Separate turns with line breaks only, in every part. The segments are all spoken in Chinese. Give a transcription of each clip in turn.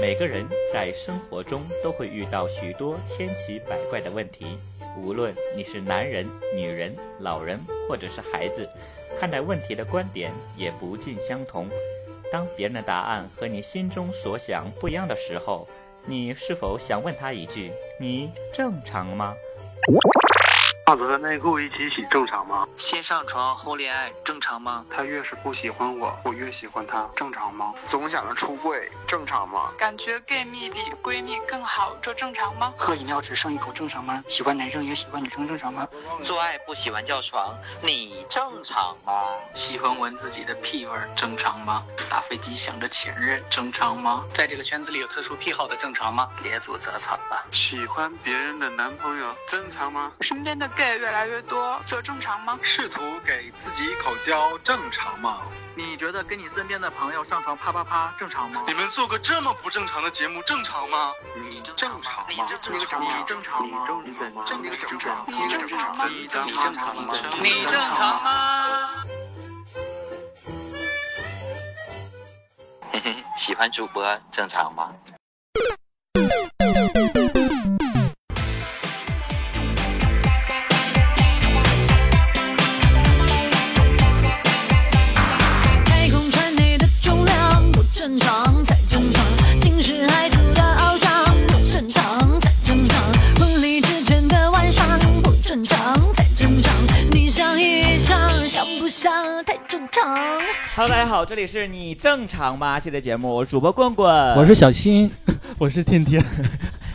每个人在生活中都会遇到许多千奇百怪的问题，无论你是男人、女人、老人或者是孩子，看待问题的观点也不尽相同。当别人的答案和你心中所想不一样的时候，你是否想问他一句：“你正常吗
袜子和内裤一起洗正常吗？
先上床后恋爱正常吗？
他越是不喜欢我，我越喜欢他，正常吗？总想着出柜，正常吗？
感觉 gay 蜜比闺蜜更好，这正常吗？
喝饮料只剩一口正常吗？喜欢男生也喜欢女生正常吗？
做爱不喜欢叫床，你正常吗？
喜欢闻自己的屁味儿正常吗？打飞机想着前任正常吗？在这个圈子里有特殊癖好的正常吗？别组择惨吧。
喜欢别人的男朋友正常吗？
身边的 gay 越来越多，这正常吗？
试图给自己口交正常吗？
你觉得跟你身边的朋友上床啪啪啪正常吗？
你们做个这么不正常的节目正常吗？
你正常吗？
你正常
吗？你正常吗？
你正常吗？
你正常吗？你正
你
常吗？
正常吗？
你正常吗？
嘿嘿，喜欢主播正常吗？”。
太空船内的重量不正常才正常，进食孩子的翱翔不正常才正常，婚礼之前的晚上不正常才正常，你想一想，想不想太正常？
？Hello，大家好，这里是你正常吗系列节目，我是主播棍棍，
我是小新，我是天天。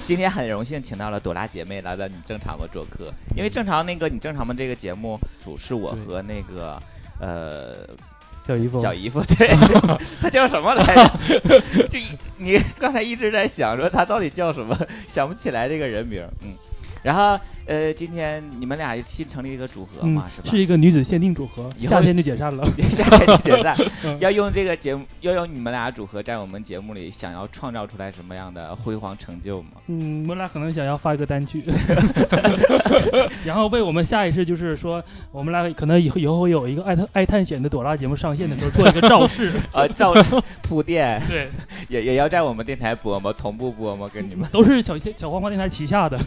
今天很荣幸请到了朵拉姐妹来到你正常吗做客，因为正常那个你正常吗这个节目主是我和那个呃
小姨夫，
小姨夫， 对，他叫什么来着？就一你刚才一直在想说他到底叫什么，想不起来这个人名儿，嗯。然后呃，今天你们俩新成立一个组合
嗯
嘛，，是吧？
是一个女子限定组合，
以后
夏天就解散了。
别下来就解散
嗯，
要用这个节目，要用你们俩组合在我们节目里想要创造出来什么样的辉煌成就 吗？
嗯，我俩可能想要发一个单 曲，然后为我们下一次就是说，我们俩可能以后以后会有一个爱探爱探险的朵拉节目上线的时候 做一个造势。
呃，照 铺垫
对，
也也要在我们电台播吗？同步播吗？跟你 们
都是小小黄瓜电台旗下的。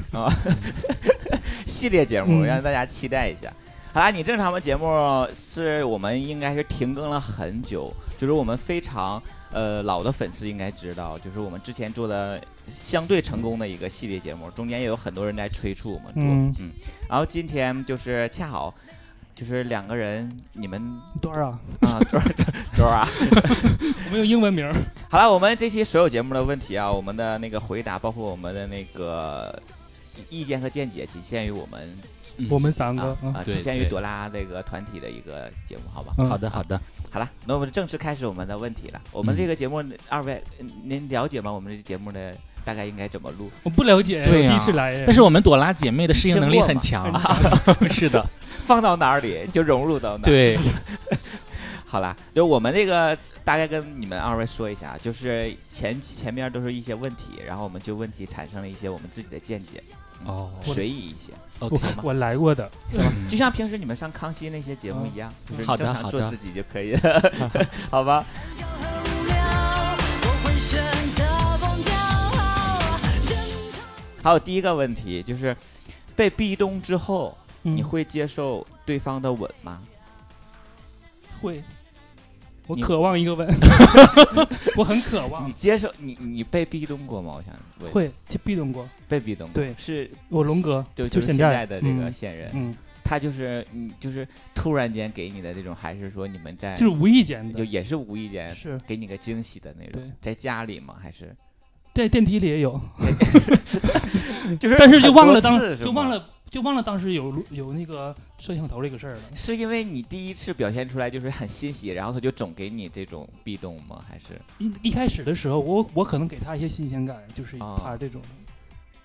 系列节目，
嗯
让大家期待一下。好啦，你正常的节目是我们应该是停更了很久，就是我们非常呃老的粉丝应该知道，就是我们之前做的相对成功的一个系列节目，中间也有很多人在催促我们做，
嗯
嗯，然后今天就是恰好。就是两个人，你 们
朵儿啊，
啊，多少多少啊？
我们用英文名儿。
好了，我们这期所有节目的问题啊，我们的那个回答，包括我们的那个意见和见解，仅限于我们
我们三个
啊
嗯
啊，
对
仅限于
对
朵拉这个团体的一个节目，好吧？
嗯
好的，好的，
好了，那我们正式开始我们的问题了。我们
嗯
这个节目，二位嗯您了解吗？我们这节目的大概应该怎么录？
我不了解，
对呀
我第一次来。
但是我们朵拉姐妹的适应能力很强， 是的，
放到哪里就融入到哪。，
对，
好啦，就我们这个大概跟你们二位说一下，啊就是前前面都是一些问题，然后我们就问题产生了一些我们自己的见解，嗯
哦
随意一些。
我
，OK，
我来过的，
就像平时你们上康熙那些节目一样，就
嗯
是
哦好的
正常
好
做
的
自己就可以了， 好吧？
就很无聊，我会选择疯掉。正常。
还有第一个问题就是，被壁咚之后，
嗯
你会接受对方的吻吗？
会，我
你
渴望一 个吻，我很渴望
你。接受你你被壁咚过吗？我想问
会去壁咚过，
被壁咚过
对
嗯是
我龙哥
就
就是现
现
在
在的这个
嗯
现任，
嗯，
他就是你就是突然间给你的这种，还是说你们在
就是无意间
就
的，
也是无意间
是
给你个惊喜的那种
对？
在家里吗？还是
在电梯里也有，
就是
但是就
很
忘
多
了当
次是
就
吗
忘了就忘了当时有录有那个摄像头这个事儿了。
是因为你第一次表现出来就是很欣喜，然后他就总给你这种壁咚吗？还是
一一开始的时候，我我可能给他一些新鲜感，就是
啊
怕这种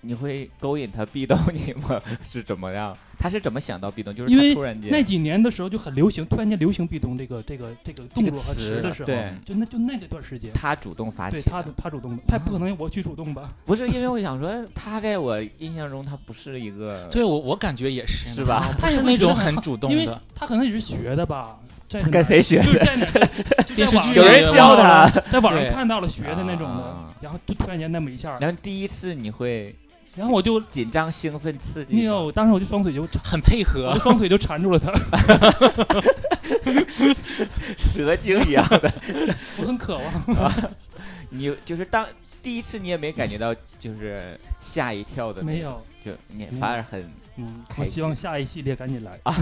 你会勾引他壁咚你吗？是怎么样？他是怎么想到壁咚？就是
因
他
为
突然间
那几年的时候就很流行，突然间流行壁咚这个这个这个动
个
作和
词
词的时候，
对
就那就那个段时间，
他主动发
对
起啊
他
的，
他主动的，他不可能我去主动吧？
不是因为我想说，他在我印象中他不是一个
对我我感觉也是，
是吧？
不是那种很主动
因为
的，
他可能也是学的吧，在
跟谁学
就是
的
在哪 个就
电
在
视
网
剧
上
有人
看
教
到
他
了在网上
对啊
看到了学的那种的，然后就突然间那么一下儿，
然后第一次你会，
然后我就
紧张、兴奋、刺激
没
吗，
有，当时我就双腿就
很配合
我的双腿就缠住了他，，
蛇精一样 的
我很渴望
啊你就是当第一次你也没感觉到就是吓一跳的那种，
没有
就你
没有
反而 很
嗯，我
开
希
心
望下一系列赶紧 来
啊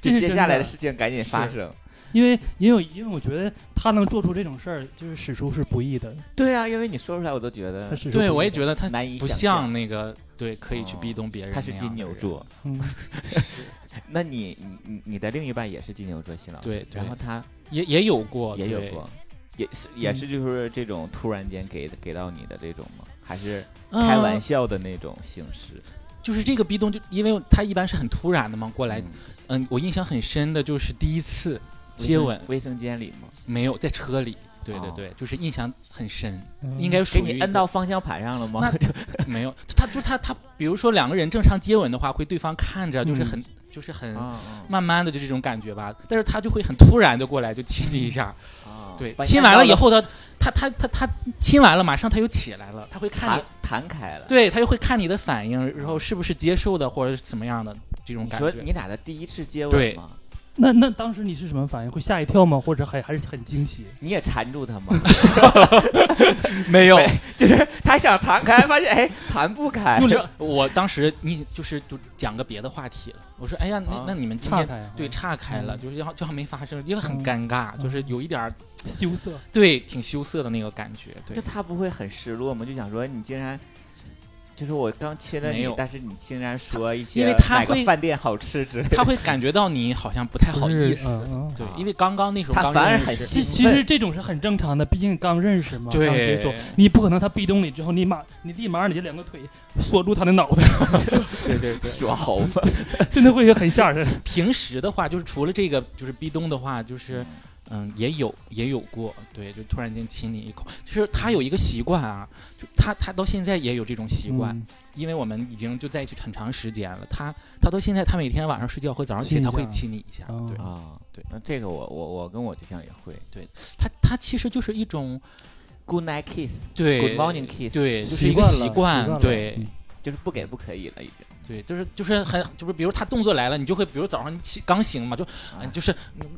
这
就是接
真
下来的事情赶紧发
是
生
因为因为因为我觉得他能做出这种事儿，就是史书是不易的，
对啊，因为你说出来呃我都觉得
他是
对，我也觉得他
难以
不
想
像
象
那个对可以去壁咚别人
他
那
是
样的人，
金牛座，
嗯
那你你你你的另一半也是金牛座新郎，
对对
然后他
也也有过，
也有
对
过，也是也
嗯
是就是这种突然间给给到你的这种吗？还是
呃
开玩笑的那种形式？
就是这个壁咚，就因为他一般是很突然的嘛，过来，嗯，我印象很深的就是第一次接吻，
卫生间里吗？
没有，在车里。对对
哦
对，就是印象很深，
嗯
应该属于
给你
一个
摁到方向盘上了吗
那 没有，他就是他他，比如说两个人正常接吻的话，会对方看着就是
嗯
很、就是很
啊啊
慢慢的就这种感觉吧，但是他就会很突然的过来就亲你一下，
啊
对，
把你
亲
按
完
到
了以
了
后他他他他他亲完了，马上他又起来了，他会看
弹
你，
弹开了。
对他就会看你的反应，然后是不是接受的或者是怎么样的这种
你
感
说
觉。
你俩的第一次接
对
吻吗？
那那当时你是什么反应？会吓一跳吗？或者还还是很惊喜？
你也缠住他吗？
没有，
就是他想弹开，发现哎弹不开
用聊，我当时你就是就讲个别的话题了。我说，哎呀，那、那你们今
岔
天
开啊
对岔开了，就是要就像没发生，因为很尴尬，就是有一点儿
羞涩，
对，挺羞涩的那个感觉。对
就，他不会很失落吗？就想说你竟然，就是我刚亲了
没
你
有，
但是你竟然说一些
因为他
哪个
会
饭店好吃之类的，
他会感觉到你好像不太好意思，
嗯嗯
对，因为刚刚那时候
他
刚
反而
认
很
识
其其实这种是很正常的，毕竟刚认识嘛，刚
对
接触，你不可能他壁咚你之后，你马你立马你这两个腿锁住他的脑袋，
对 对对，
耍猴 子，
真的会很吓人。
平时的话，就是除了这个，就是壁咚的话，就是嗯，也有也有过，对，就突然间亲你一口。就是他有一个习惯啊，就他他到现在也有这种 习惯，
嗯
因为我们已经就在一起很长时间了。他他到现在，他每天晚上睡觉和早上起
亲
来
一
他会
下
亲你一下，对
啊，
对，
那这个我我我跟我对象也会，
对他他其实就是一种
good night kiss，
对
，good morning kiss，
对就是一个习惯对，
嗯
就是不给不可以了已经。
对，就是就是很就是，比如他动作来了，你就会，比如早上你起刚醒嘛，就、啊、就是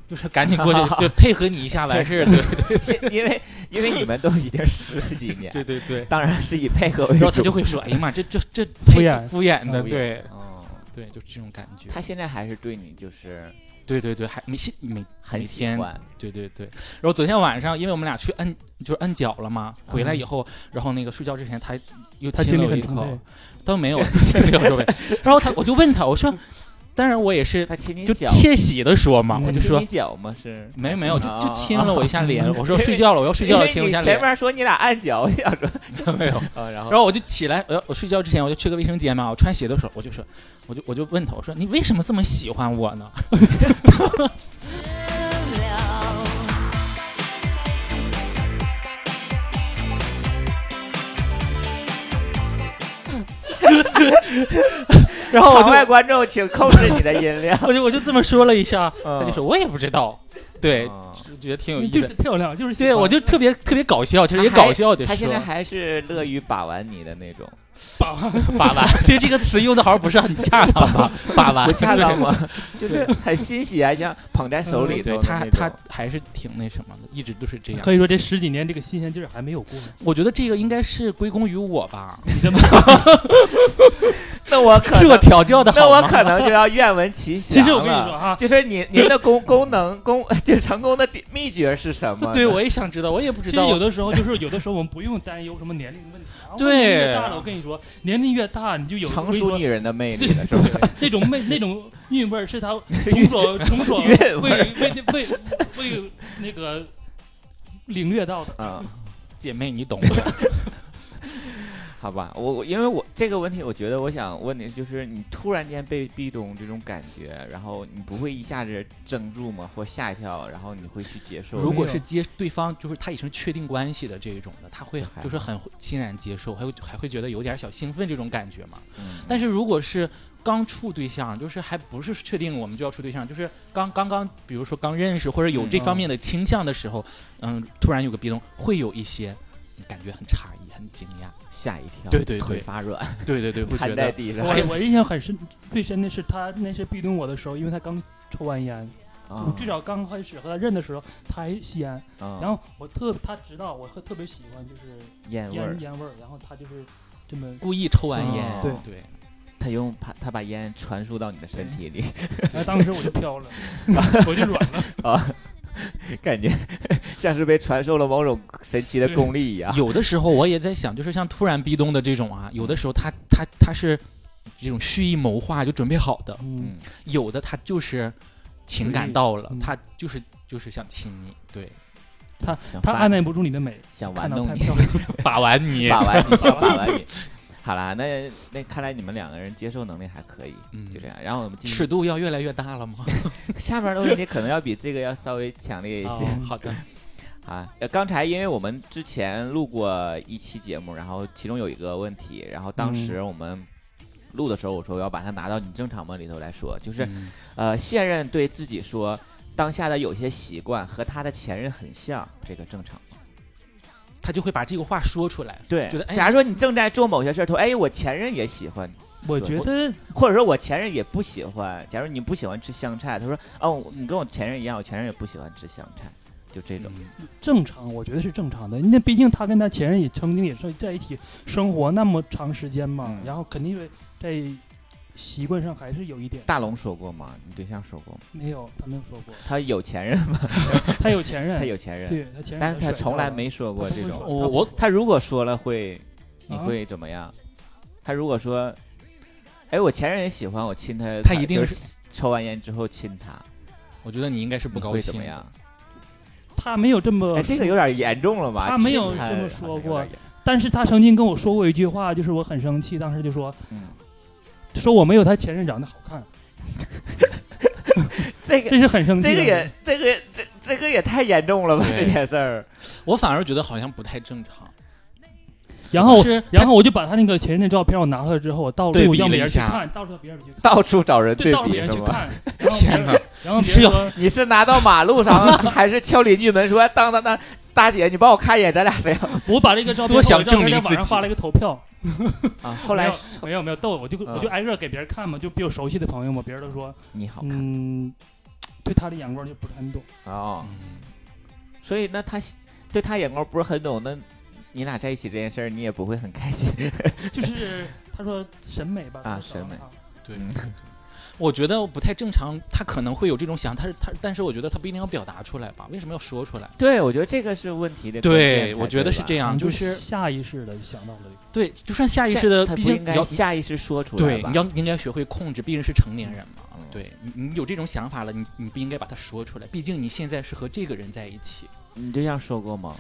就是赶紧过去就配合你一下完事儿，对对 对，
因为因为你们都已经十几年，
对对对，
当然是以配合为
然
主。
后他就会说，哎呀妈，这这这配
敷衍
敷衍的，
敷衍
对，
哦，
对，就这种感觉。
他现在还是对你就是
对对对，还每现每
很
每
喜
天
欢，
对对对。然后昨天晚上，因为我们俩去摁就是摁脚了嘛，回来以
嗯
后，然后那个睡觉之前他又
他
亲
精
了我
力很
一
充
口
沛，
倒没有精力很充沛。然后他我就问他，我说，当然我也是
他亲你
就
脚
窃喜的说嘛，
嗯
我就
亲
说
你脚吗是
没有没有，就
啊
就
啊
亲
啊
了我一下脸。我说
因为
睡觉了，我要睡觉
因
了，
为
亲我
你
一下脸
前。面说你俩按脚，我 想说
没有
啊，然后
然后我就起来，呃我要我睡觉之前我就去个卫生间嘛，我穿鞋的时候我就说，我就我就问他，我说你为什么这么喜欢我呢？ 然后我就，
场外观众请控制你的音量
我就我就这么说了一下，
嗯
他就说我也不知道，对，就觉得挺有意思，
嗯就是漂亮就是喜
对
欢
我就特别特别搞笑，其实也
他还
搞笑的
他现
说
在。还是乐于把玩你的那种，
把玩把 玩，对这个词用的好像不是很恰当吧？把玩
不恰当吗？
啊
就
对
是很欣喜啊，像捧在手里
嗯对
头的
他
那种
他还是挺那什么的，一直都是这样。
可以说这十几年这个新鲜劲儿还没有过。
我觉得这个应该是归功于我 吧，
那我可能
是我调教的好
那我
吗
可能就要愿闻其详
其实我跟你
了
说啊
就是你您的功功能功 就是成功的点秘诀是什 么呢？
对，我也想知道，我也不知
其实
道。
有的时候就是有的时候我们不用担忧什么年龄 问题，啊我
对
年龄越大了，我跟你说，年龄越大你就有
成熟女人的魅力了，是
吧？
吧？
那种魅那种韵味儿是他从所从所
韵
未
味儿
未未未那个领略到的。
啊，
姐妹，你懂的。
好吧，我我因为我这个问题，我觉得我想问你，就是你突然间被壁咚这种感觉，然后你不会一下子怔住吗？或吓一跳，然后你会去接受？
如果是接对方，就是他已经确定关系的这一种的，他会就是很欣然接受，还会还会觉得有点小兴奋这种感觉嘛。
嗯
但是如果是刚处对象，就是还不是确定我们就要处对象，就是刚刚刚，比如说刚认识或者有这方面的倾向的时候，嗯，突然有个壁咚，会有一些嗯感觉很诧异、很惊讶、
吓一跳，
对对对，
腿发软，
对对对，会觉
瘫
得
在地上。
我我印象很深，最深的是他那是壁咚我的时候，因为他刚抽完烟，
啊
我至少刚开始和他认的时候，他还吸烟，
啊
然后我特他知道我特别喜欢就是
烟味儿
烟烟味儿，然后他就是这 么
故意抽完烟，
对
对。
他用他他把烟传输到你的身体里，
哎当时我就 飘了我就软了
啊，感觉 像是被传授了某种神奇的功力一样。
有的时候我也在想，就是像突然壁咚的这种啊，
嗯
有的时候他他他是这种蓄意谋划就准备好的，
嗯，
有的他就是情感
嗯
到了，他就是就是想亲你， 对。，
他
想
他
发
按耐不住你的美，
想玩
看到
弄
太
你
漂亮
把玩你
把玩你，想把玩 你。好啦，那那看来你们两个人接受能力还可以，
嗯
就这样。然后我们进
尺度要越来越大 了吗？
下面的问题可能要比这个要稍微强烈一些。
哦好的。
啊，呃刚才因为我们之前录过一期节目，然后其中有一个问题，然后当时我们录的时候，我说我要把它拿到你正常吗里头来说，就是，呃，现任对自己说当下的有些习惯和他的前任很像，这个正常吗？
他就会把这个话说出来，
对，
觉得哎，
假如说你正在做某些事儿，说哎，我前任也喜欢，
我
对
觉
或
得
或者说我前任也不喜欢。假如你不喜欢吃香菜，他说哦，你跟我前任一样，我前任也不喜欢吃香菜，就这种。
嗯
正常，我觉得是正常的。那毕竟他跟他前任也曾经也是在一起生活那么长时间
嗯
嘛，然后肯定会在习惯上还是有一点。
大龙说过吗？你对象说过吗？
没有，他没有说过。
他有前任吗？
他有前任
他有前任，
对他前任
但是他
他甩掉
从来
了
没说过
他不
这
会
种。
说他不
我他如果说了会，你
啊
会怎么样？他如果说，哎，我前任也喜欢我亲他，
他一定
就是抽完烟之后亲他，
我觉得你应该是不
你
高
会
兴
怎么
的
样？
他没有这么，
哎，这个有点严重了吧？
他没有
亲他
这么
好
说
像有
过
点严，
但是他曾经跟我说过一句话，就是我很生气，当时就说，
嗯
说我没有他前任长得好看。
这个
这是很生气啊的
这个也这个也这这个也太严重了吧？
对
这件事儿，
我反而觉得好像不太正常。
然后
是，
然后我就把他那个前任的照片我拿出来之后，我到
对
处
比
让
了
别
一
人去
下
看，到处让别人去看，
到处找人
对，到处
比
别人
是
去
吗
看？，然后别
天
人
哪！
然后别
是有
人说，
你是拿到马路上， 还是敲邻居门说当当当，大姐，你帮我看一眼，咱俩谁要？
我把这个照片
多
和
想
我照片
证明
在
自
网上
己
发了一个投票，
啊后来
没有没有没有逗，我就
啊
我就挨个给别人看嘛，就比较熟悉的朋友嘛，别人都说
你好看
嗯，对他的眼光就不是很懂，
哦，
嗯
所以那他对他眼光不是很懂，那你俩在一起这件事儿，你也不会很开心
就是他说审美吧，
啊，
他说
审美，
对
嗯
我觉得不太正常，他可能会有这种想，他是他，但是我觉得他不一定要表达出来吧？为什么要说出来？
对，我觉得这个是问题的关键才
对
对，吧。
我觉得是这样，
你
就
嗯就是下意识的想到了这个。
对，就算下意识的，
下
毕
他不
竟
应
你
该
要
下意识说出来
对，
吧嗯
你要应该学会控制，毕竟是成年人嘛。对你，你有这种想法了，你你不应该把它说出来，毕竟你现在是和这个人在一起。
你对象说过吗？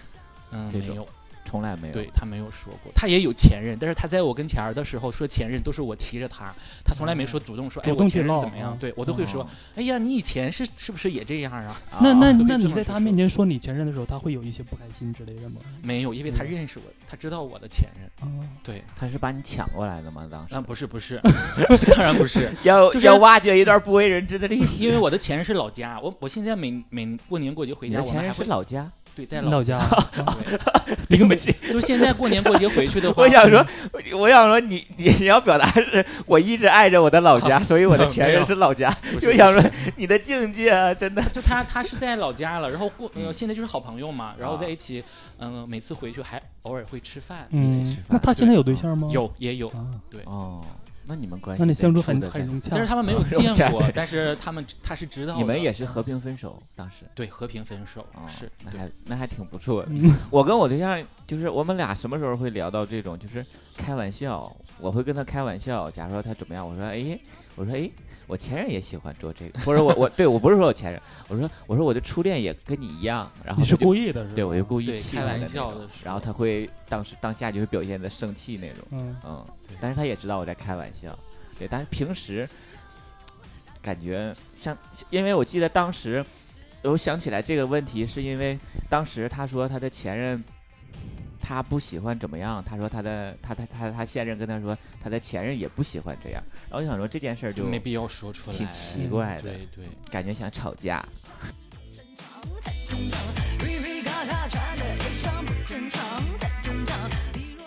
嗯，
这
没
种
有，
从来没有。
对他没有说过，他也有前任，但是他在我跟前儿的时候说前任都是我提着他，他从来没说主动说，哎，
主
我
动
前
去
任
唠
怎么样
啊？
对我都会
哦
说，哎呀，你以前是是不是也这样啊？
那那
都会
那
这
你
么
在
去
他面前说你前任的时候，他会有一些不开心之类的吗？
没有，因为他认识我，他知道我的前任。
哦
对，
他是把你抢过来的吗？当时
啊，不是不是， 当然不是，
要
就是
要挖掘一段不为人知的历史。
因为我的前任是老家，我我现在每每过年过节回
你
家，
的
我们
前
还
任是
会
老家，
对在
老家
对，
对不 起，
就现在过年过节回去的 话，
我想说，我想说你你你要表达是我一直爱着我的老家， 所以我的前任是老家
没有不。是
就想说
不
你的境界啊，真的
就他他是在老家了，然后过呃现在就是好朋友嘛，然后在一起，嗯，每次回去还偶尔会吃饭，一起
嗯
吃，
那
饭。
他现在有对象吗？
有也有
啊，
对
哦。那你们关系
那你相处
得处
很
得
很
在
融洽
但是他们没 有
融洽
见过
对，
但是他们他是知道的。
你们也是和平分手，当时
对和平分手
哦
是
那
对
还那还挺不错的
嗯。
我跟我对象就是我们俩什么时候会聊到这种，就是开玩笑，我会跟他开玩笑。假如说他怎么样，我说哎，我说哎，我前任也喜欢做这个，或者我我对我不是说我前任，我说我说我的初恋也跟你一样，然后
你
他
是
就
故意的是吧
对我就故意
对
气
开
他
玩
那
笑
种
的
然后他会当时当下就会表现的生气那种，
嗯
但是他也知道我在开玩笑，对，但是平时感觉像，因为我记得当时我想起来这个问题，是因为当时他说他的前任。他不喜欢怎么样？他说他的他他他他现任跟他说他的前任也不喜欢这样，然后我想说这件事儿就
没必要说出来
挺奇怪的，
对对，
感觉想吵架。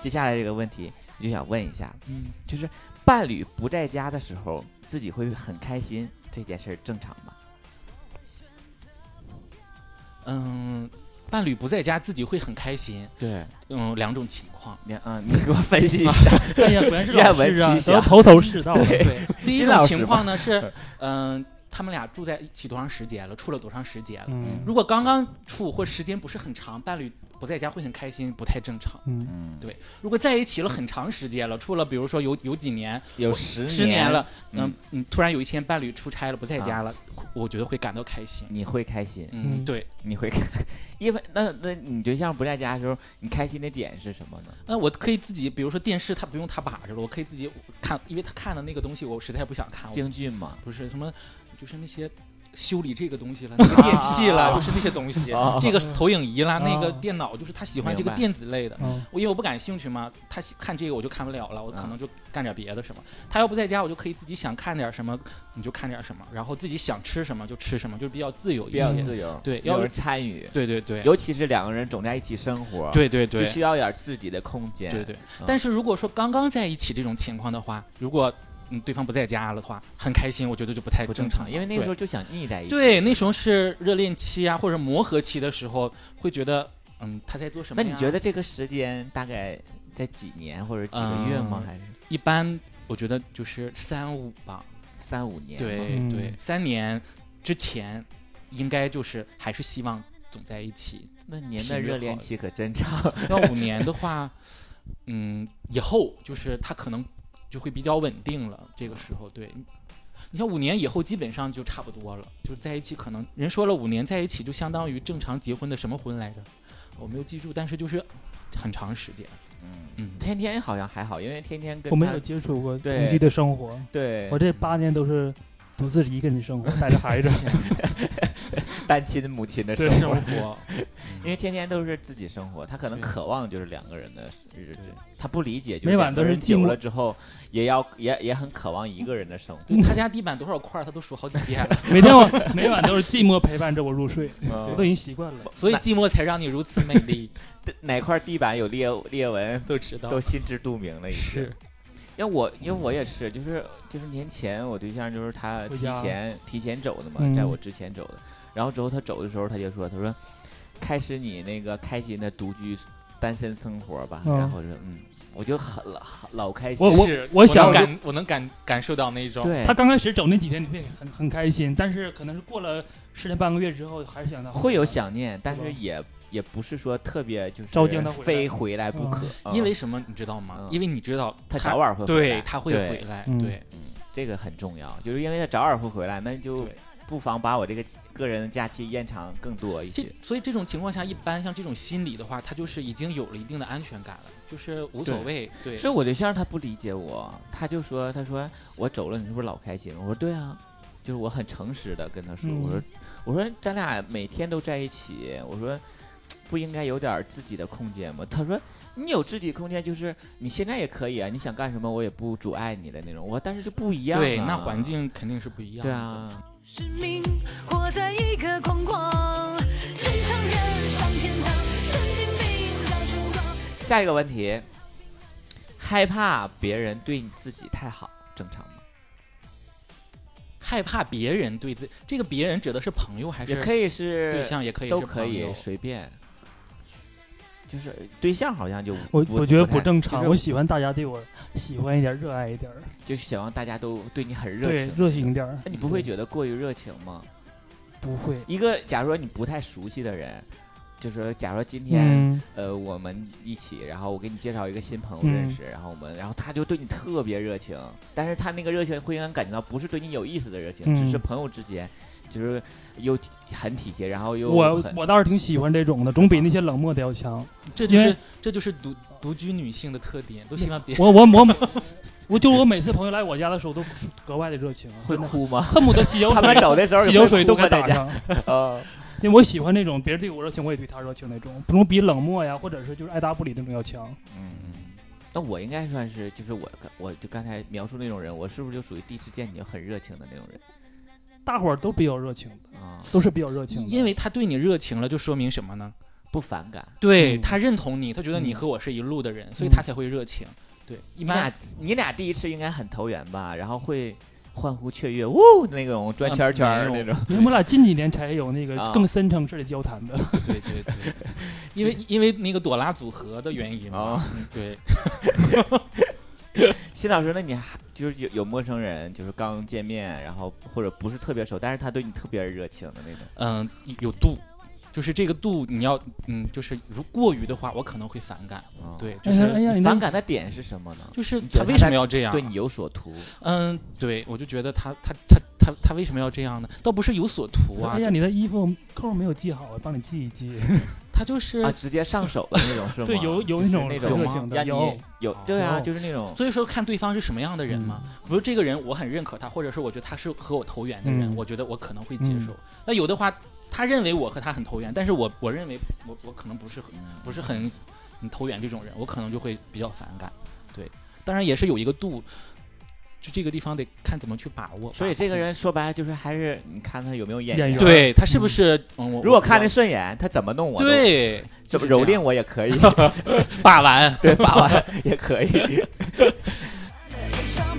接下来这个问题，我就想问一下，
嗯，
就是伴侣不在家的时候，自己会很开心，这件事儿正常吗？
嗯，伴侣不在家，自己会很开心。
对，
嗯，两种情 况。
你嗯，你给我分析一下
哎呀果然是老
愿闻
师啊
其
都
详
头头是道啊
对
对，第一
新
种
老师
情
嘛
况呢是， 嗯、他们俩住在一起多长时间了，处了多长时间了？
嗯
如果刚刚处或时间不是很长，伴侣不在家会很开心，不太正常。
嗯
对，如果在一起了很长时间了，处了比如说有有几年，
有
或
十
十
年
了，
嗯
嗯嗯，突然有一天伴侣出差了不在家
啊
了，我觉得会感到开心。
你会开心？
嗯对，
你会开， 因为那那你对象不在家的时候，你开心的点是什么呢？
那我可以自己，比如说电视，他不用他把着了，我可以自己看，因为他看的那个东西，我实在不想看。我
京剧吗？
不是什么，就是那些修理这个 东西了，那个电器
啊啊
了，
啊
就是那些东西
啊，
这个投影仪
啊
啦，那个电脑，就是他喜欢这
明
个
白
电子类的
嗯。
我因为我不感兴趣嘛，他喜看这个我就看不了了，我
啊
可能就干点别的什么。他要不在家，我就可以自己想看点什么，你就看点什么，然后自己想吃什么就吃什么，就比较自由一些。
比较自由，
对，
有
要
人参与，
对对对，
尤其是两个人总在一起生活，
对对对
就需要点自己的空间，
对对
嗯。
但是如果说刚刚在一起这种情况的话，如果嗯对方不在家了的话，很开心，我觉得就不太
不正
正常
常，
了，
因为那个时候
对
就想腻在一起，
对，那时候是热恋期啊，或者磨合期的时候，会觉得嗯他在做什么
那
呀？
你觉得这个时间大概在几年或者几个月吗？
嗯
还是
一般？我觉得就是三五吧，
三五年吗？
对
嗯
对，三年之前应该就是还是希望总在一起。
那您的热恋期可真长。
要五年的话，嗯，以后就是他可能就会比较稳定了。这个时候，对，你像五年以后基本上就差不多了，就是在一起可能人说了五年在一起就相当于正常结婚的什么婚来着，我没有记住，但是就是很长时间。
嗯
嗯，
天天好像还好，因为天天跟
我没
他
有接触过同
对
居的生活，
对
我这八年都是独自一个人生活，带着孩子。
单亲母亲的
对
活，
生 活
因为天天都是自己生活，他可能渴望就是两个人的日子，他不理解，就是
每晚
两个
都是
人
寂
久
寞。
了之后，也要也也很渴望一个人的生活。
对他家地板多少块儿，他都数好几遍了
每天我每晚都是寂寞陪伴着我入睡，
嗯
我都已经习惯了。
所以寂寞才让你如此美 丽。
哪块地板有裂裂纹
都知道
都心知肚明了已经。
是，
嗯因为我因为我也是，就是就是年前我对象就是他
回
提
家
前提前走的嘛，
嗯
在我之前走的，然后之后他走的时候他就说，他说开始你那个开心的独居单身生活吧，
嗯
然后就嗯，我就很老老开心，
我嗯我
是
我想
能感，我能感感受到那一种。
对
他刚开始走那几天，你会很很开心，但是可能是过了十天半个月之后，还是想到
会有想念，但是
吧
也也不是说特别就是
照见他回来
非回来不
嗯
可，嗯
因为什么你知道吗？因为你知道
他早晚会回来
对，他会
对
回来，
嗯
对，
嗯，这个很重要，就是因为他早晚会回来，那就不妨把我这个个人的假期延长更多一些
这。所以这种情况下，一般像这种心理的话，他就是已经有了一定的安全感了，就是无所谓。对，
所以我对象他不理解我，他就说：“他说我走了，你是不是老开心？”我说：“对啊，就是我很诚实的跟他说，
嗯
我说我说咱俩每天都在一起，我说不应该有点自己的空间吗？”他说：“你有自己空间，就是你现在也可以啊，你想干什么我也不阻碍你的那种。”我说：“但是就不一样、啊，
对，那环境肯定是不一样
对
的。
啊。”
使命，活在一个空旷。正常人上天堂，神经病到处逛。
下一个问题，害怕别人对你自己太好，正常吗？
害怕别人对自这个别人指的是朋友还是
也可以是
对象，也可以
都
是
可
朋
以
友
随便。就是对象好像就
我
不
我觉得
不
不
太
正常，
就是
我喜欢大家对我喜欢一点，热爱一点，
就是想让大家都对你很热
对
情，
热情一。点，
那你不会觉得过于热情吗？
不会
一个假如说你不太熟悉的人，就是假如今天、
嗯
呃我们一起，然后我给你介绍一个新朋友认
嗯
识，然后我们，然后他就对你特别热情，但是他那个热情会让你感觉到不是对你有意思的热情，
嗯
只是朋友之间，就是又体很体贴，然后又
我
哦很
我倒是挺喜欢这种的，总比那些冷漠的要强。
这就
因为
是这就是独独居女性的特点，都 希望别
我我我每，我就我每次朋友来我家的时候都格外的热情，啊
会
真的
哭吗
恨不得洗油水
他们走的时候
洗
也会
油水
哭
都
吗
给打
大家
上
啊。
因为我喜欢那种别人对我热情，我也对他热情那种，不种比冷漠呀，或者是就是爱答不理那种要强。
嗯，那我应该算是，就是我，我就刚才描述那种人，我是不是就属于第一次见你就很热情的那种人？
大伙儿都比较热情的，
啊，
都是比较热情的。
因为他对你热情了，就说明什么呢？
不反感，
对
嗯
他认同你，他觉得你
嗯
和我是一路的人，所以
嗯
他才会热情。对，一
你
般
俩你俩第一次应该很投缘吧，然后会欢呼雀跃，呜那种转圈圈
嗯
儿那种。
因为我俩近几年才有那个
啊
更深层次的交谈的。
对 对对，因为因为那个朵拉组合的原因嘛
哦。
嗯对，
新老师，那你还就是有有陌生人，就是刚见面，然后或者不是特别熟，但是他对你特别热情的那种。
嗯，有度，就是这个度你要嗯，就是如过于的话，我可能会反感。
啊
对，就
哎呀
是
哎呀，你那
反感的点是什么呢？
就是
你觉
他
得
为什么要这
啊
样啊
对你有所图？
嗯，对，我就觉得他他他他他为什么要这样呢？倒不是有所图啊
哎，呀，你的衣服扣没有系好，我帮你系一系。
他就是
啊，直接上手的那种是吗？
对有
就
有
是
那种
那
很
种
热情的
让你
有哦
有对啊，
有
就是那种
所以说看对方是什么样的人嘛。
嗯
比如这个人我很认可他，或者是我觉得他是和我投缘的人，
嗯
我觉得我可能会接受。
嗯
那有的话，他认为我和他很投缘，但是我我认为我我可能不是很
嗯
不是很很投缘这种人，我可能就会比较反感。对，当然也是有一个度，就这个地方得看怎么去把握吧。
所以这个人说白了就是还是你看他有没有眼缘
眼缘
对他是不是嗯，我
如果看
的
着顺眼，他怎么弄我都
对
怎么
就是这
蹂躏
样
我也可 以，
把玩，
对，把玩也可以。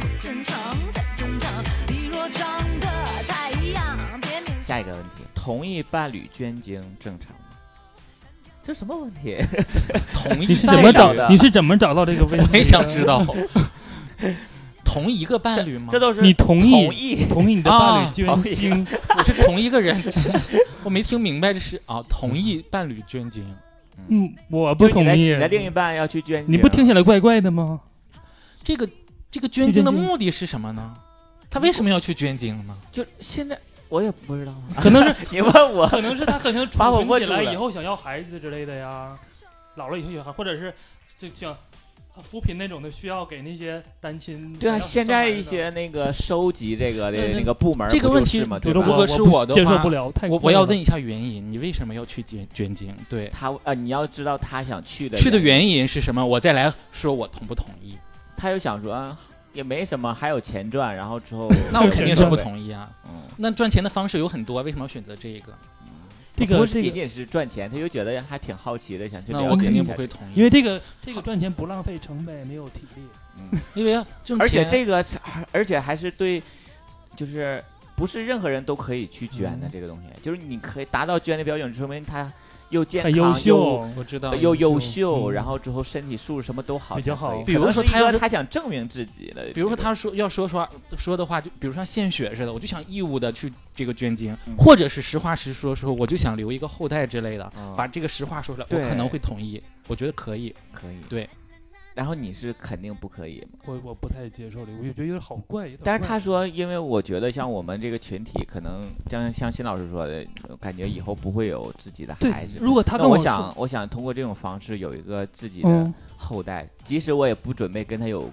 不正常，才正常。你若长得太样，别勉
下一个问题，同意伴侣捐精正常吗？这什么问题？
同一
你是
代
怎么
人
找
的
你是怎么找到这个 问题？
我也想知道。同一个伴侣吗？
这都是
你同意
同意
同意你的伴侣
啊
捐
同意
精，
我是同一个人， 这是我没听明白这是啊，同意伴侣捐精，
嗯，我不
就是
同
你的
意
你。的另一半要去捐精，
你不听起来怪怪的吗？
这个这个捐精的目的是什么呢？他为什么要去捐精呢？
就现在我也不知道啊。
可能是
你问我，
可能是他可能
把我
储存
问
起
住
来
了
以后想要孩子之类的呀，老了以后有孩，或者是就像扶贫那种的，需要给那些单亲。
对啊，
想要
现在
生孩子
一些那个收集这个
对
的
对
那个部门
这个
不
问
就是
题
吗？对
觉得
吧？
如果是
我
我的
接受
话
不了，太
我
贵
我要
了
问一下原因，你为什么要去捐捐精？对，
他啊，你要知道他想去的
去的
人
原因是什么？我再来说我同不同意。
他就想说啊也没什么，还有钱赚，然后之后
那我肯定是不
意。
同意啊。
嗯，
那赚钱的方式有很多，为什么要选择这一个？
这
不
个
是
这
仅
个，
仅是赚钱，他就觉得还挺好奇的，想 去
那
了
我
解
肯
一
定
下
不会同意，
因为这个这个赚钱不浪费成本，没有体力。
因为挣钱
而且这个，而且还是对，就是不是任何人都可以去捐的、
嗯
这个东西，就是你可以达到捐的标准，说明他又健
很
康
优秀，
我知道
又。又
优
优
秀
秀，
嗯
然后之后身体素质什么都好才可
比
以，
较好
比如说
可能是
他
一
要
个
是
他想证明自己的，
比如说他说要说说说的话，就比如像献血似的，我就想义务的去这个捐精，
嗯
或者是实话实说说，我就想留一个后代之类的，
嗯
把这个实话说出来，我
对
可能会同意，我觉得可以。
可以，
对，
然后你是肯定不可以嘛。
我我不太接受这个，我就觉得有点好怪。有点
但是
怪
他说，因为我觉得像我们这个群体，可能像像新老师说的，呃感觉以后不会有自己的
对
孩子。
如果他
那
跟
我
我说
想，我想通过这种方式有一个自己的
嗯
后代，即使我也不准备跟他有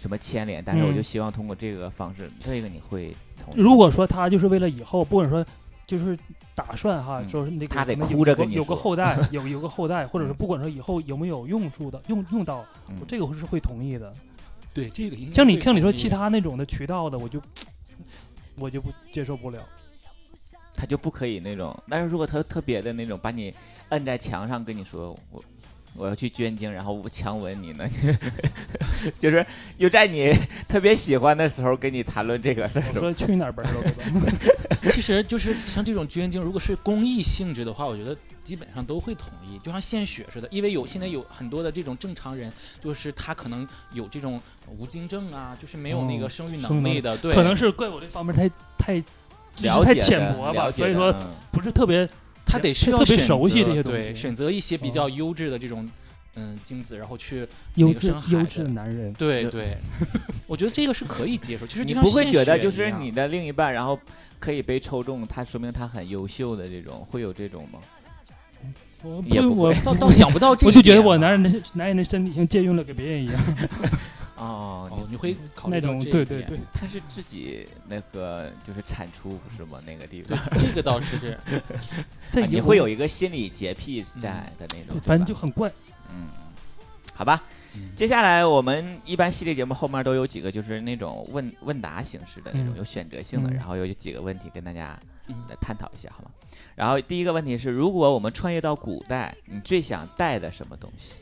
什么牵连，但是我
嗯
就希望通过这个方式，这个你会同意？
如果说他就是为了以后，不管说就是打算哈，
嗯
说是那个
他得
可能有
哭着
有个
跟你
有个
说
后代，有有个后代，或者说不管说以后有没有用处的用用到，
嗯
我这个我是会同意的。
对这个应
像你像你说其 他那种的渠道的，我就我就不接受不 了。
他就不可以那种，但是如果他特别的那种，把你摁在墙上跟你说我。我要去捐精，然后我强吻你呢， 就是又在你特别喜欢的时候跟你谈论这个事儿
我
了。
说去哪儿吧，
其实就是像这种捐精，如果是公益性质的话，我觉得基本上都会同意，就像献血似的。因为有
嗯
现在有很多的这种正常人，就是他可能有这种无精症啊，就是没有那
哦
个生育
生育
能
能力
力的，对，
可能是怪我这方面太太知识
了
太
解
浅
的
薄吧，
了解
所以
的
说
嗯
不是特别
他得需要
特别
选
熟悉
择
这些东
对
西嗯
选择一些比较优质的这种嗯精子，然后去
优
那个
质
生孩
优
子
质的男人
对对，我觉得这个是可以接受。其实
你
就像
不会
献
觉得
血
就是
一样
你的另一半，然后可以被抽中，他说明他很优秀的这种，会有这种吗？
我
也不
我
会倒倒 想不啊到 这
我
个
就觉
点
啊
得我男人的男人的身体像借用了给别人一 样。
啊哦，
你会考虑
那
到
种
这一
对对
点
对，
他是自己那个就是产出不是吗？那个地
对
方，
这个倒是是
这
啊
以
你
后
会有一个心理洁癖 在的那种，
对
对
反正
吧
就很怪。
嗯，好吧。接下来我们一般系列节目后面都有几个就是那种问问答形式的那种
嗯
有选择性的，
嗯
然后有几个问题跟大家
嗯
来探讨一下，好吗？然后第一个问题是，如果我们穿越到古代，你最想带的什么东西？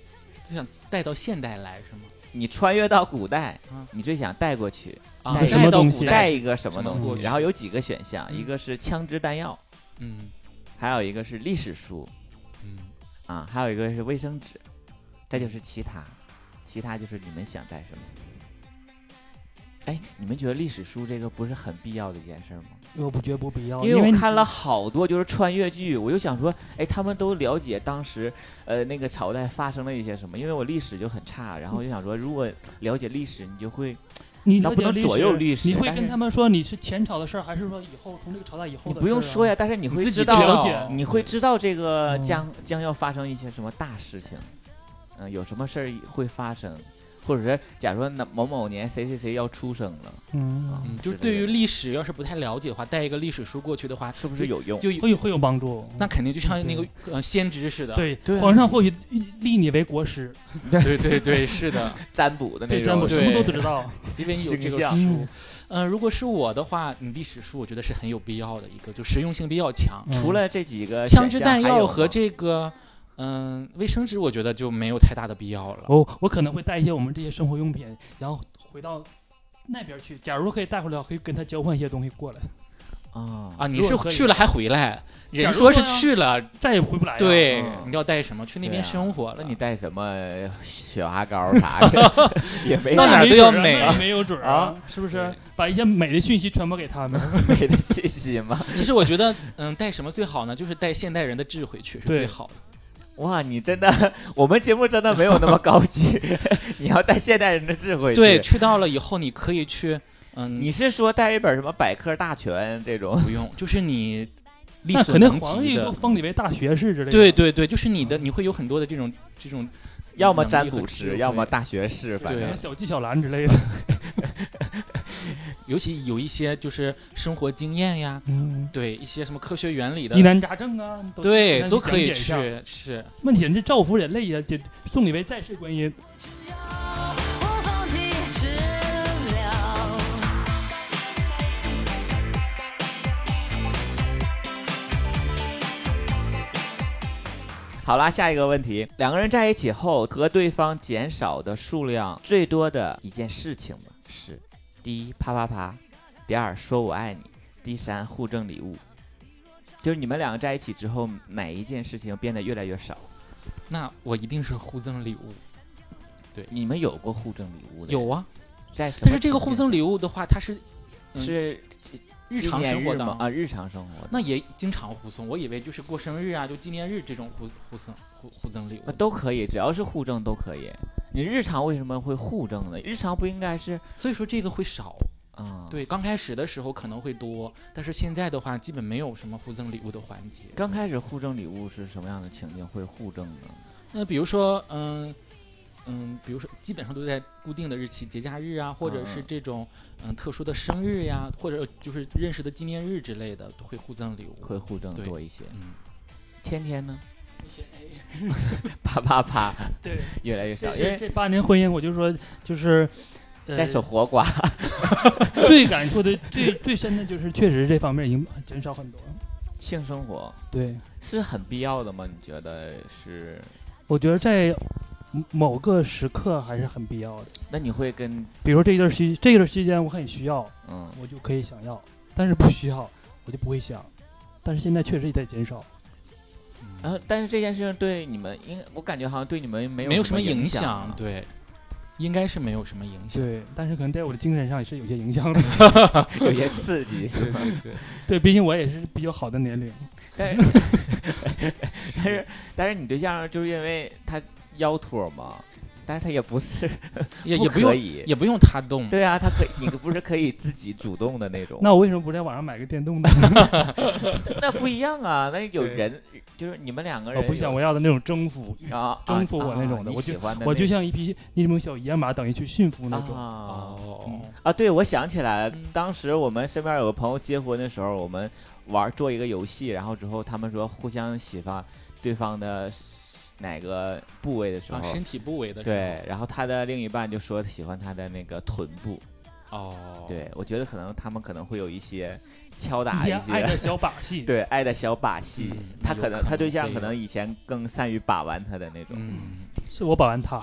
就想带到现代来是吗？
你穿越到古代
啊，
你最想带过去
啊
带一个
什么东西
带一个什么
什么
东
过
西？
去
然后有几个选项，一个是枪支弹药，
嗯，
还有一个是历史书，
嗯，
啊，还有一个是卫生纸，这就是其他，其他就是你们想带什么？哎，你们觉得历史书这个不是很必要的一件事儿吗？
我不觉得不必要，
因
为
我
你
看了好多就是穿越剧，我就想说，哎，他们都了解当时呃那个朝代发生了一些什么，因为我历史就很差，然后我就想说，如果了解历史，你就会，
你
那
了
不
解
能左右历史，
你会
但
跟
是
他们说你是前朝的事儿，还是说以后从这个朝代以后
你
的？啊
不用说呀，，但是你
你
会
自己
知道，
了解嗯
你会知道这个将、将要发生一些什么大事情，嗯、有什么事儿会发生，或者是假如说那某某年谁谁谁要出生了，
嗯
嗯，就是对于历史要是不太了解的话，带一个历史书过去的话，是
不是有用
就
会会有帮助。
那肯定就像那个呃先知似的，
对
对，
皇上或许立你为国师，
对对对，是的，
占卜的那
对
种，
占卜什么都知 道，
因为你有这
形
个
象
书。嗯，如果是我的话，你历史书我觉得是很有必要的一个，就实用性比较强。
除了这几个
枪
选
支
项呃
弹
还有
药和
吗
这个嗯卫生纸，我觉得就没有太大的必要了。
哦我我可能会带一些我们这些生活用品，然后回到那边去。假如可以带回来，我可以跟他交换一些东西过来。
啊
啊，你
如
是
果可以
去了还回来？
假
人
如
说是
说呀
去了，
再也回不来了
对
嗯，
你要带什么？去那
对
边
啊
生活
那
了。
你带什么雪花膏啥的， 也没
那
啥
没
用
准儿那也没有准儿
啊，，
是不是？把一些美的讯息传播给他们，
美的信息吗？
其实我觉得，嗯，带什么最好呢？就是带现代人的智慧去是最
对
好的。
哇，你真的，我们节目真的没有那么高级， 你要带现代人的智慧。
对，，去到了以后，你可以去，嗯，
你是说带一本什么百科大全这种？
不用，就是你力
那
所
肯定
能
皇
及
帝都
的。
封你为大学士之类的。
对对对，就是你的，你会有很多的这种这种，
嗯要么占卜师，要么大学士，反
对
正
什么小纪晓岚之类的。
尤其有一些就是生活经验呀，
嗯
对一些什么科学原理的
疑难杂症啊，都
对，都
都
可以
讲解一
去
下。
是。
问题人家造福人类呀，就送你为在世观音。
放弃治疗。
好啦，下一个问题，两个人在一起后和对方减少的数量最多的一件事情吧，是第一啪啪啪，第二说我爱你，第三互赠礼物。就是你们两个在一起之后，哪一件事情变得越来越少？
那我一定是互赠礼物，对，
你们有过互赠礼物的？
有啊，
在什么
但是这个
情
互
境
赠礼物的话，它是嗯
是
日常生活
的
当
啊，日常生活
那也经常互送，我以为就是过生日啊，就纪念日这种互互送互互赠礼物
啊那。都可以，只要是互赠都可以。你日常为什么会互赠呢？日常不应该是
所以说这个会少。
啊、
对，刚开始的时候可能会多，但是现在的话基本没有什么互赠礼物的环节。
刚开始互赠礼物是什么样的情境会互赠呢？
那比如说，嗯嗯，比如说基本上都在固定的日期，节假日啊，或者是
嗯
这种嗯特殊的生日呀、或者就是认识的纪念日之类的，都会互赠礼物。
会互赠
对
多一些。
嗯，
天天呢？啪啪啪，
对，
越来越少，
这
因
是
为
这八年婚姻，我就说就是。呃
在 手活瓜。
最感触的、最最深的就是，确实这方面已经减少很多。
性生活
对，
是很必要的吗？你觉得是？
我觉得在某个时刻还是很必要的。
那你会跟
比如说这一段时这一段时间我很需要，
嗯
我就可以想要；但是不需要，我就不会想。但是现在确实也在减少。
然后，但是这件事情对你们应，我感觉好像对你们没有
没有
什
什么
影
响
啊，
对，应该是没有什么影响。
对，但是可能在我的精神上也是有些 影响的，
有些刺激。
对对对，
对，毕竟我也是比较好的年龄。
但是但是但是你对象就是因为他腰托嘛。但是他也不是，
也
也
不用，也不用他动。
对啊，他可以，你 不是可以自己主动的那种。
那我为什么不在网上买个电动的？
那不一样啊，那有人就是你们两个人。
我不想我要的那种征服
啊，
征服我那种的，我
喜欢的。
我就像一匹那种小野马，等于去驯服那种。
啊嗯
嗯
哦啊，对，我想起来了，当时我们身边有个朋友结婚的时候，我们玩做一个游戏，然后之后他们说互相喜欢对方的。哪个部位的时候、啊，
身体部位的时
候，对，然后他的另一半就说喜欢他的那个臀部，
哦，
对，我觉得可能他们可能会有一些敲打
一
些
爱的小把 戏，
对，爱的小把戏，
嗯、
他可
能
他对象可能以前更善于把玩他的那种，
嗯，
是我把玩他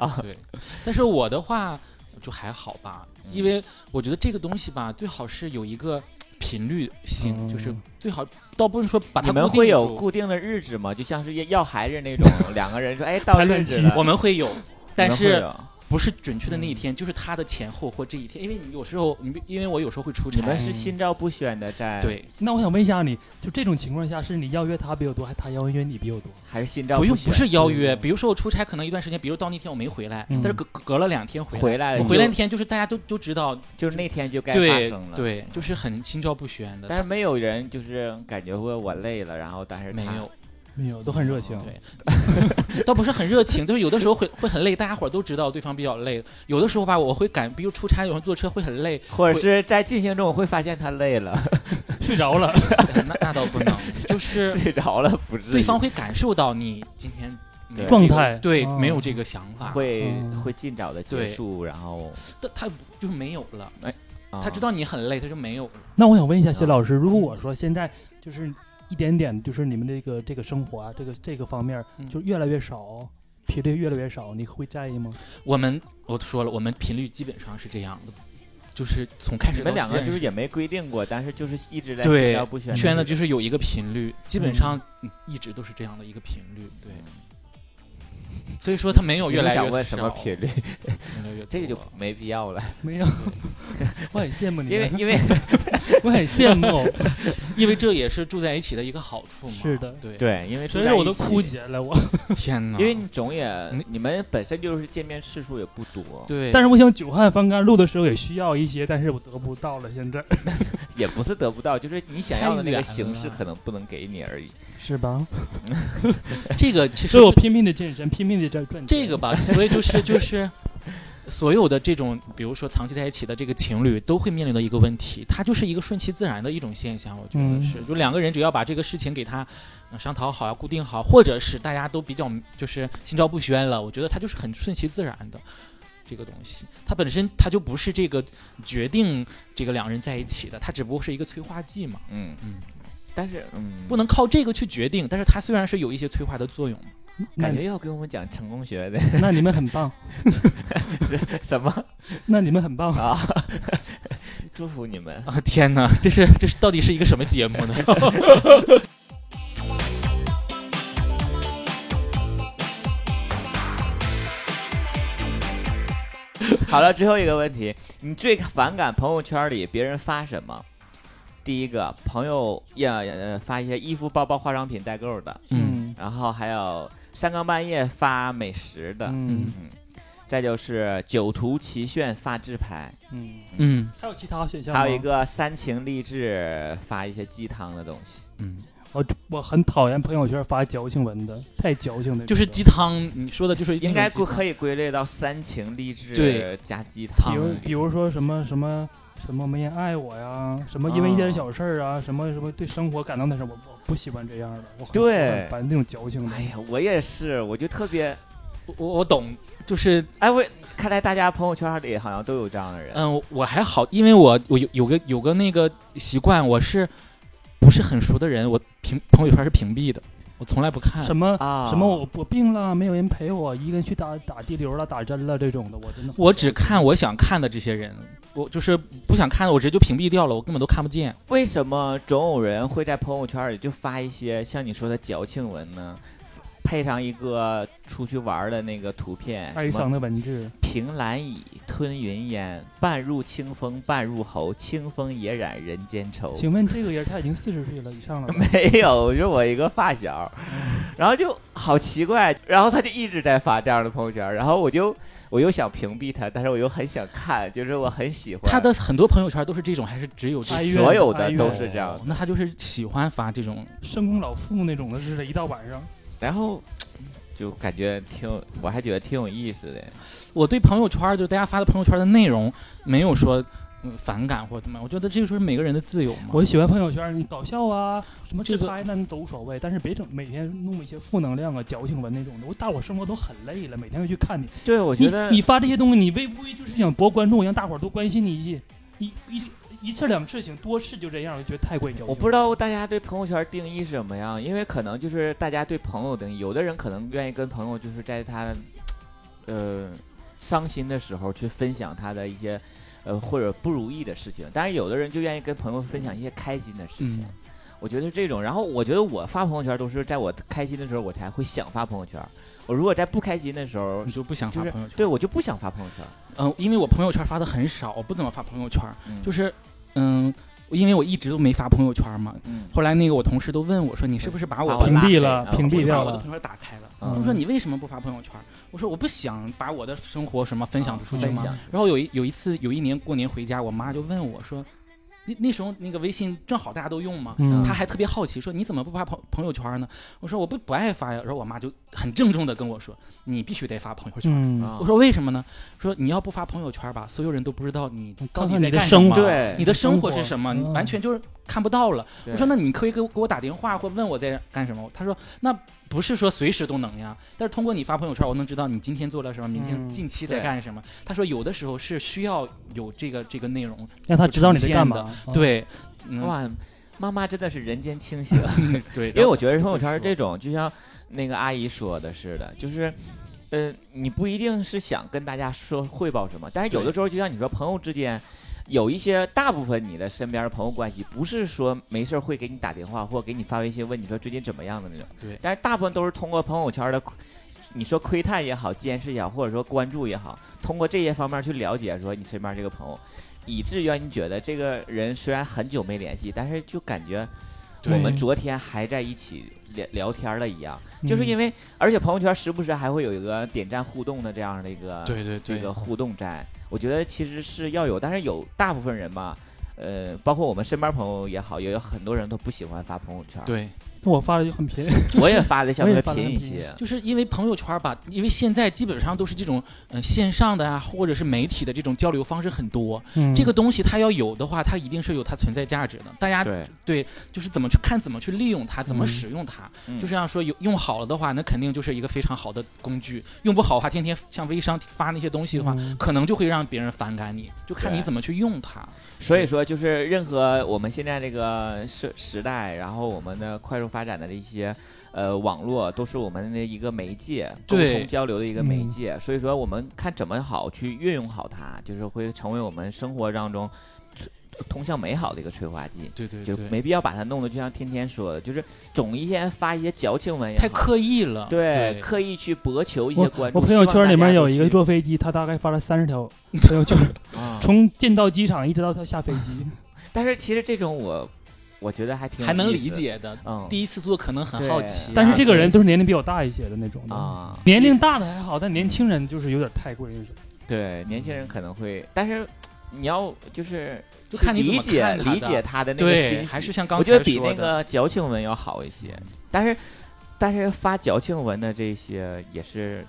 啊，
对，但是我的话就还好吧，
嗯
因为我觉得这个东西吧，最好是有一个。频率性、
嗯、
就是最好，倒不是说把它
你们会有固定的日子吗？就像是要孩子那种，两个人说哎到日子了，
我们会有，但是不是准确的那一天，嗯、就是他的前后或这一天，因为你有时候，你因为我有时候会出差，
你们是心照不宣的在
对。
那我想问一下你，就这种情况下，是你邀约他比较多，还是他邀约你比较多？
还是心照
不
用
不是邀约，比如说我出差可能一段时间，比如到那天我没回来，
嗯、
但是隔隔了两天回
回
来，嗯
了，
我回来那天就是大家都都知道，
就是那天就该
发
生了，
对，对就是很心照不宣的。
但是没有人就是感觉过我累了，然后但是
没有。
没有，都很热情。
对， 倒不是很热情，就是有的时候会 会很累，大家伙都知道对方比较累。有的时候吧，我会赶，比如出差，有人坐车会很累，
或者是在进行中我会发现他累了，
睡着了。
那那倒不能，就是
睡着了不 是？
对方会感受到你今天
状态，
对，没有这个想法，
会会尽早的结束，然后啊
但他就是没有了，哎，
哦
他知道你很累，他就没有了。
那我想问一下
嗯
谢老师，如果我说现在就是。一点点，就是你们这个这个生活啊，这个这个方面，
嗯
就越来越少，频率越来越少，你会在意吗？
我们我说了，我们频率基本上是这样的，就是从开始
你们两个就是也没规定过，但是就是一直在对
不
宣
宣
的
就是有一个频率，基本上
嗯
一直都是这样的一个频率，对。所以说他没有越来越
想问什么频 率，这个就没必要了。
没有，我很羡慕你，
因为因为
我很羡 慕，
因为这也是住在一起的一个好处嘛。
是的，
对
对，因为
所以我都枯竭了，我
天哪！
因为你总也
嗯
你们本身就是见面次数也不多，
对。
但是我想久旱逢甘露的时候也需要一些，但是我得不到了，现在
也不是得不到，就是你想要的那个形式可能不能给你而已。
是吧？
这个其实
我拼命的健身，拼命的在赚
这个吧，所以就是就是所有的这种，比如说长期在一起的这个情侣，都会面临的一个问题，它就是一个顺其自然的一种现象，我觉得是。
嗯、
就两个人只要把这个事情给他、呃、商讨好啊，固定好，或者是大家都比较就是心照不宣了，我觉得它就是很顺其自然的。这个东西，它本身它就不是这个决定这个两人在一起的，它只不过是一个催化剂嘛。
嗯
嗯。嗯
但是，嗯，
不能靠这个去决定。但是它虽然是有一些催化的作用
感觉要给我们讲成功学的。
那你们很棒，
什么？
那你们很棒
啊！ 祝福你们
啊！天哪，这是这是到底是一个什么节目呢？
好了，最后一个问题，你最反感朋友圈里别人发什么？第一个朋友呀、呃，发一些衣服、包包、化妆品代购的，
嗯，
然后还有三更半夜发美食的，
嗯,
嗯，再就是九图奇炫发自拍，
嗯
嗯，
还有其他选项，
还有一个煽情励志发一些鸡汤的东西，
嗯，
我哦我很讨厌朋友圈发矫情文的，太矫情的，
就是鸡汤，你说的就是
嗯应该可以归类到煽情励志
对
加鸡
汤，啊
比如比如说什么什么。什么没人爱我呀？什么因为一
哦
点小事儿啊？什么什么对生活感到那什么？我不喜欢这样的，我
对，
把那种矫情的。
哎呀，我也是，我就特别，
我我懂，就是
哎，我看来大家朋友圈里好像都有这样的人。
嗯，我还好，因为我我有有个有个那个习惯，我是不是很熟的人，我屏朋友圈是屏蔽的，我从来不看
什么
啊
呃什么我我病了，没有人陪我，一个人去打打滴流了、打针了这种的，我真的。
我只看我想看的这些人。我就是不想看，我直接就屏蔽掉了，我根本都看不见。
为什么总有人会在朋友圈里就发一些像你说的矫情文呢？配上一个出去玩儿的那个图片，
哀伤的文字，
凭栏倚，吞云烟，半入清风半入侯，清风也染人间愁。
哦
请问这个人他已经四十岁了以上了吗？
没有，是我一个发小，
嗯
然后就好奇怪，然后他就一直在发这样的朋友圈，然后我就我又想屏蔽他，但是我又很想看，就是我很喜欢
他的很多朋友圈都是这种，还是只有这
哀
种
怨
所有的
哀怨
都是这样
哦那他就是喜欢发这种，
深宫老妇那种的似的，一到晚上。
然后就感觉挺有，我还觉得挺有意思的。
我对朋友圈儿就是大家发的朋友圈儿的内容没有说。嗯反感或怎么样，我觉得这就是每个人的自由嘛。
我喜欢朋友圈，你搞笑啊，什么
这
自
个
拍那都无所谓，但是别整每天弄一些负能量啊、矫情文那种的。我大伙儿生活都很累了，每天要去看你。
对，我
你
觉得
你发这些东西，你为不为就是想博观众，让大伙儿多关心你一些一一一次两次行，多次就这样，我觉得太过于矫情。
我不知道大家对朋友圈定义是什么样，因为可能就是大家对朋友定义，有的人可能愿意跟朋友就是在他呃伤心的时候去分享他的一些呃或者不如意的事情，但是有的人就愿意跟朋友分享一些开心的事情。
嗯
我觉得这种，然后我觉得我发朋友圈都是在我开心的时候，我才会想发朋友圈。我如果在不开心的时候，
你就不想发
就是
朋友圈
对我就不想发朋友圈。
嗯、因为我朋友圈发的很少，我不怎么发朋友圈，
嗯
就是嗯。因为我一直都没发朋友圈嘛，
嗯
后来那个我同事都问我说：“你是不是把
把
我
我
屏
拉黑
蔽了
啊
屏蔽掉
我的
了
朋友。圈打开了？”他
嗯
们说：“你为什么不发朋友圈？”我说：“我不想把我的生活什么分享出去
啊分
嘛。
享
然后有一有一次有一年过年回家，我妈就问我说：“那那时候那个微信正好大家都用嘛，
嗯
她啊还特别好奇说你怎么不发朋朋友圈呢？”我说：“我不不爱发呀。”然后我妈就很郑重的跟我说：“你必须得发朋友圈。
嗯
啊
我说：“为什么呢？”说：“你要不发朋友圈吧，所有人都不知道你到底
看看
在
你的
干什么，
生活
对
你的
生
生活
活
是什么，你
嗯
完全就是看不到了。”
对
我说：“那你可以给我给我打电话或问我在干什么。”他说：“那不是说随时都能呀，但是通过你发朋友圈，我能知道你今天做了什么，明天
嗯
近期在
对
干什么。他说：“有的时候是需要有这个这个内容，
让他知道你在干嘛
的。
啊
对，嗯
哦哇，妈妈真的是人间清醒。
对，
因为我觉得朋友圈是
这。
这种，就像那个阿姨说的似的，就是，呃，你不一定是想跟大家说汇报什么，但是有的
对
时候就像你说，朋友之间有一些，大部分你的身边的朋友关系，不是说没事儿会给你打电话或给你发微信问你说最近怎么样的那种，
对
但是大部分都是通过朋友圈的。你说窥探也好，监视也好，或者说关注也好，通过这些方面去了解说你身边这个朋友，以至于让你觉得这个人虽然很久没联系，但是就感觉我
对
们昨天还在一起聊聊天儿了一样，
嗯
就是因为而且朋友圈时不时还会有一个点赞互动的这样的一个
对对对
这个互动站，我觉得其实是要有，但是有大部分人吧，呃，包括我们身边朋友也好，也有很多人都不喜欢发朋友圈，，
对，
那我发的就很便宜，
我也 发的相
我也
对
发得
频
很
一
频
些，
就是因为朋友圈吧，因为现在基本上都是这种呃线上的啊，或者是媒体的这种交流方式很多。
嗯
这个东西它要有的话，它一定是有它存在价值的。大家
对
就是怎么去看，怎么去利用它，怎么
嗯
使用它。
嗯
就像说有用好了的话，那肯定就是一个非常好的工具；用不好的话，天天像微商发那些东西的话，
嗯
可能就会让别人反感你。就看你
对
怎么去用它。
所以说，就是任何我们现在这个时时代，然后我们的快速发展的一些呃网络，都是我们的一个媒介，沟
对
通交流的一个媒
嗯
介。所以说，我们看怎么好去运用好它，就是会成为我们生活当中催通向美好的一个催化剂。
对对
就没必要把它弄得就像天天说的，就是总一天发一些矫情文也
太
好
刻意了。
对，刻意去博求一些
我
关注。
我朋友
希望
圈
大
里
家
面
都
有一个
去
坐飞机，他大概发了三十条朋友圈，
啊
从进到机场一直到他下飞
嗯
机。
但是其实这种我我觉得还挺有
还能
意
理
思，
解的。
嗯，
第一次做可能很好奇啊、
但是这个人都是年龄比我大一些的那种的，
啊。
年龄大的还好，但年轻人就是有点太过于那种。
对，年轻人可能会，但是你要就是
就看你怎
理
么
解
看他
理
的
解他的那个
对，
心
还
情
是像刚
我觉
才说
得
的，嗯
比那个矫情文要好一些，但是但是发矫情文的这些也是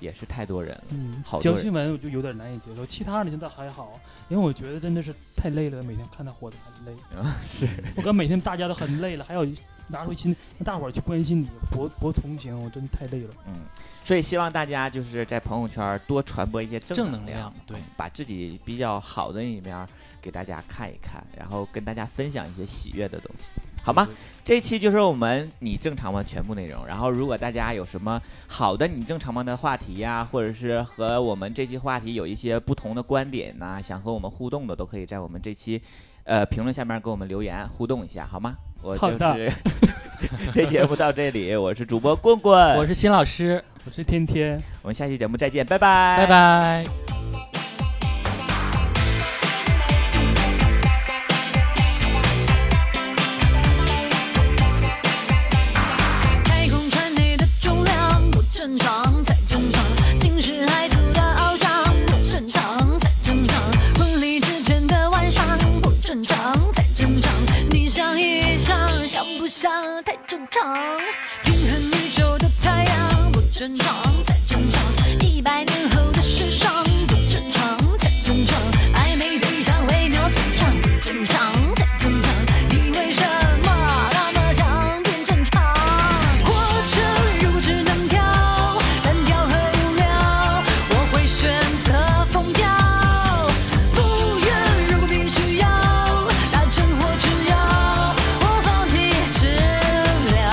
也是太多人了，
嗯
好，多
矫
人
情文我就有点难以接受，其他的真的还好，因为我觉得真的是太累了，每天看他活得很累。
啊是
我感觉每天大家都很累了，还要拿出心让大伙儿去关心你，博博同情，我真的太累了。
嗯，所以希望大家就是在朋友圈多传播一些
正
能
能量对
把自己比较好的一面儿给大家看一看，然后跟大家分享一些喜悦的东西，好吗？这一期就是我们你正常吗全部内容。然后，如果大家有什么好的你正常吗的话题呀、或者是和我们这期话题有一些不同的观点呐、想和我们互动的，都可以在我们这期呃评论下面给我们留言互动一下，好吗？我
好
就
的
是这节目到这里，我是主播棍棍，
我是新老师，
我是天天，
我们下期节目再见，拜拜，
拜拜。
太空船内的重量不正常，才正常。近视孩子的翱翔不正常，才正常。婚礼之前的晚上不正常，才正常。你想一想，想不想太正常？平衡宇宙的太阳不正常，才正常。一百年后的时尚不正常，才正常。暧昧对象微妙增长不正常，才正常。你为什么那么想变正常？火车如只能跳，单调和无聊，我会选择疯掉。不远如果必须要，打针或吃药，我放弃治疗。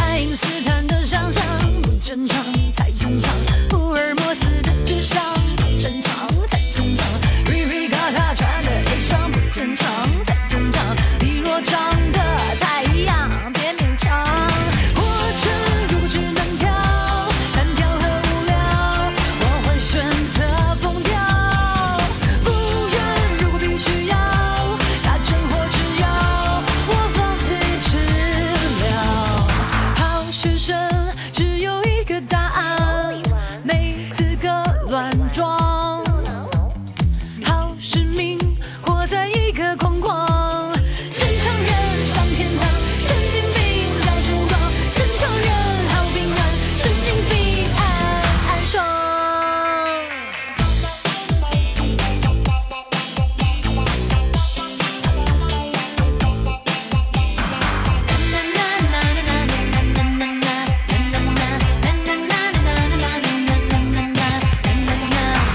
爱因斯坦的想象不正常才正常，福尔摩斯的智商不正常才正常，瑞瑞嘎嘎穿的衣裳不正常才正常，你若长得太一样，别勉强。火车如果只能跳，单调和无聊，我会选择疯掉。不远如果必须要，打针或吃药，我放弃治疗。好学生只有一个答案，没资格乱装。好市民活在一个空旷，正常人上天堂，神经病到处逛，正常人好平安，神经病安安爽。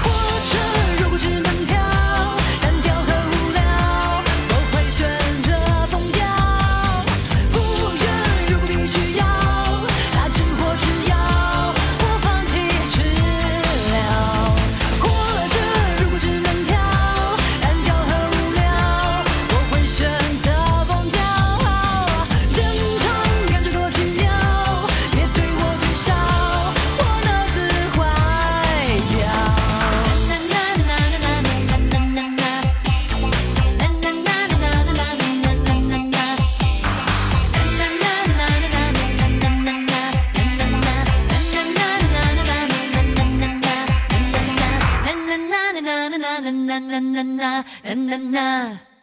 火车如果只能跳，单调和无聊，我会选择疯掉。不远如果必须要，打针或吃药，我放弃治疗。火车如果只能跳，单调和无聊，我会选择疯掉。正常感觉多奇妙，别对我微笑，我脑子坏掉。na na na na na na na na na na na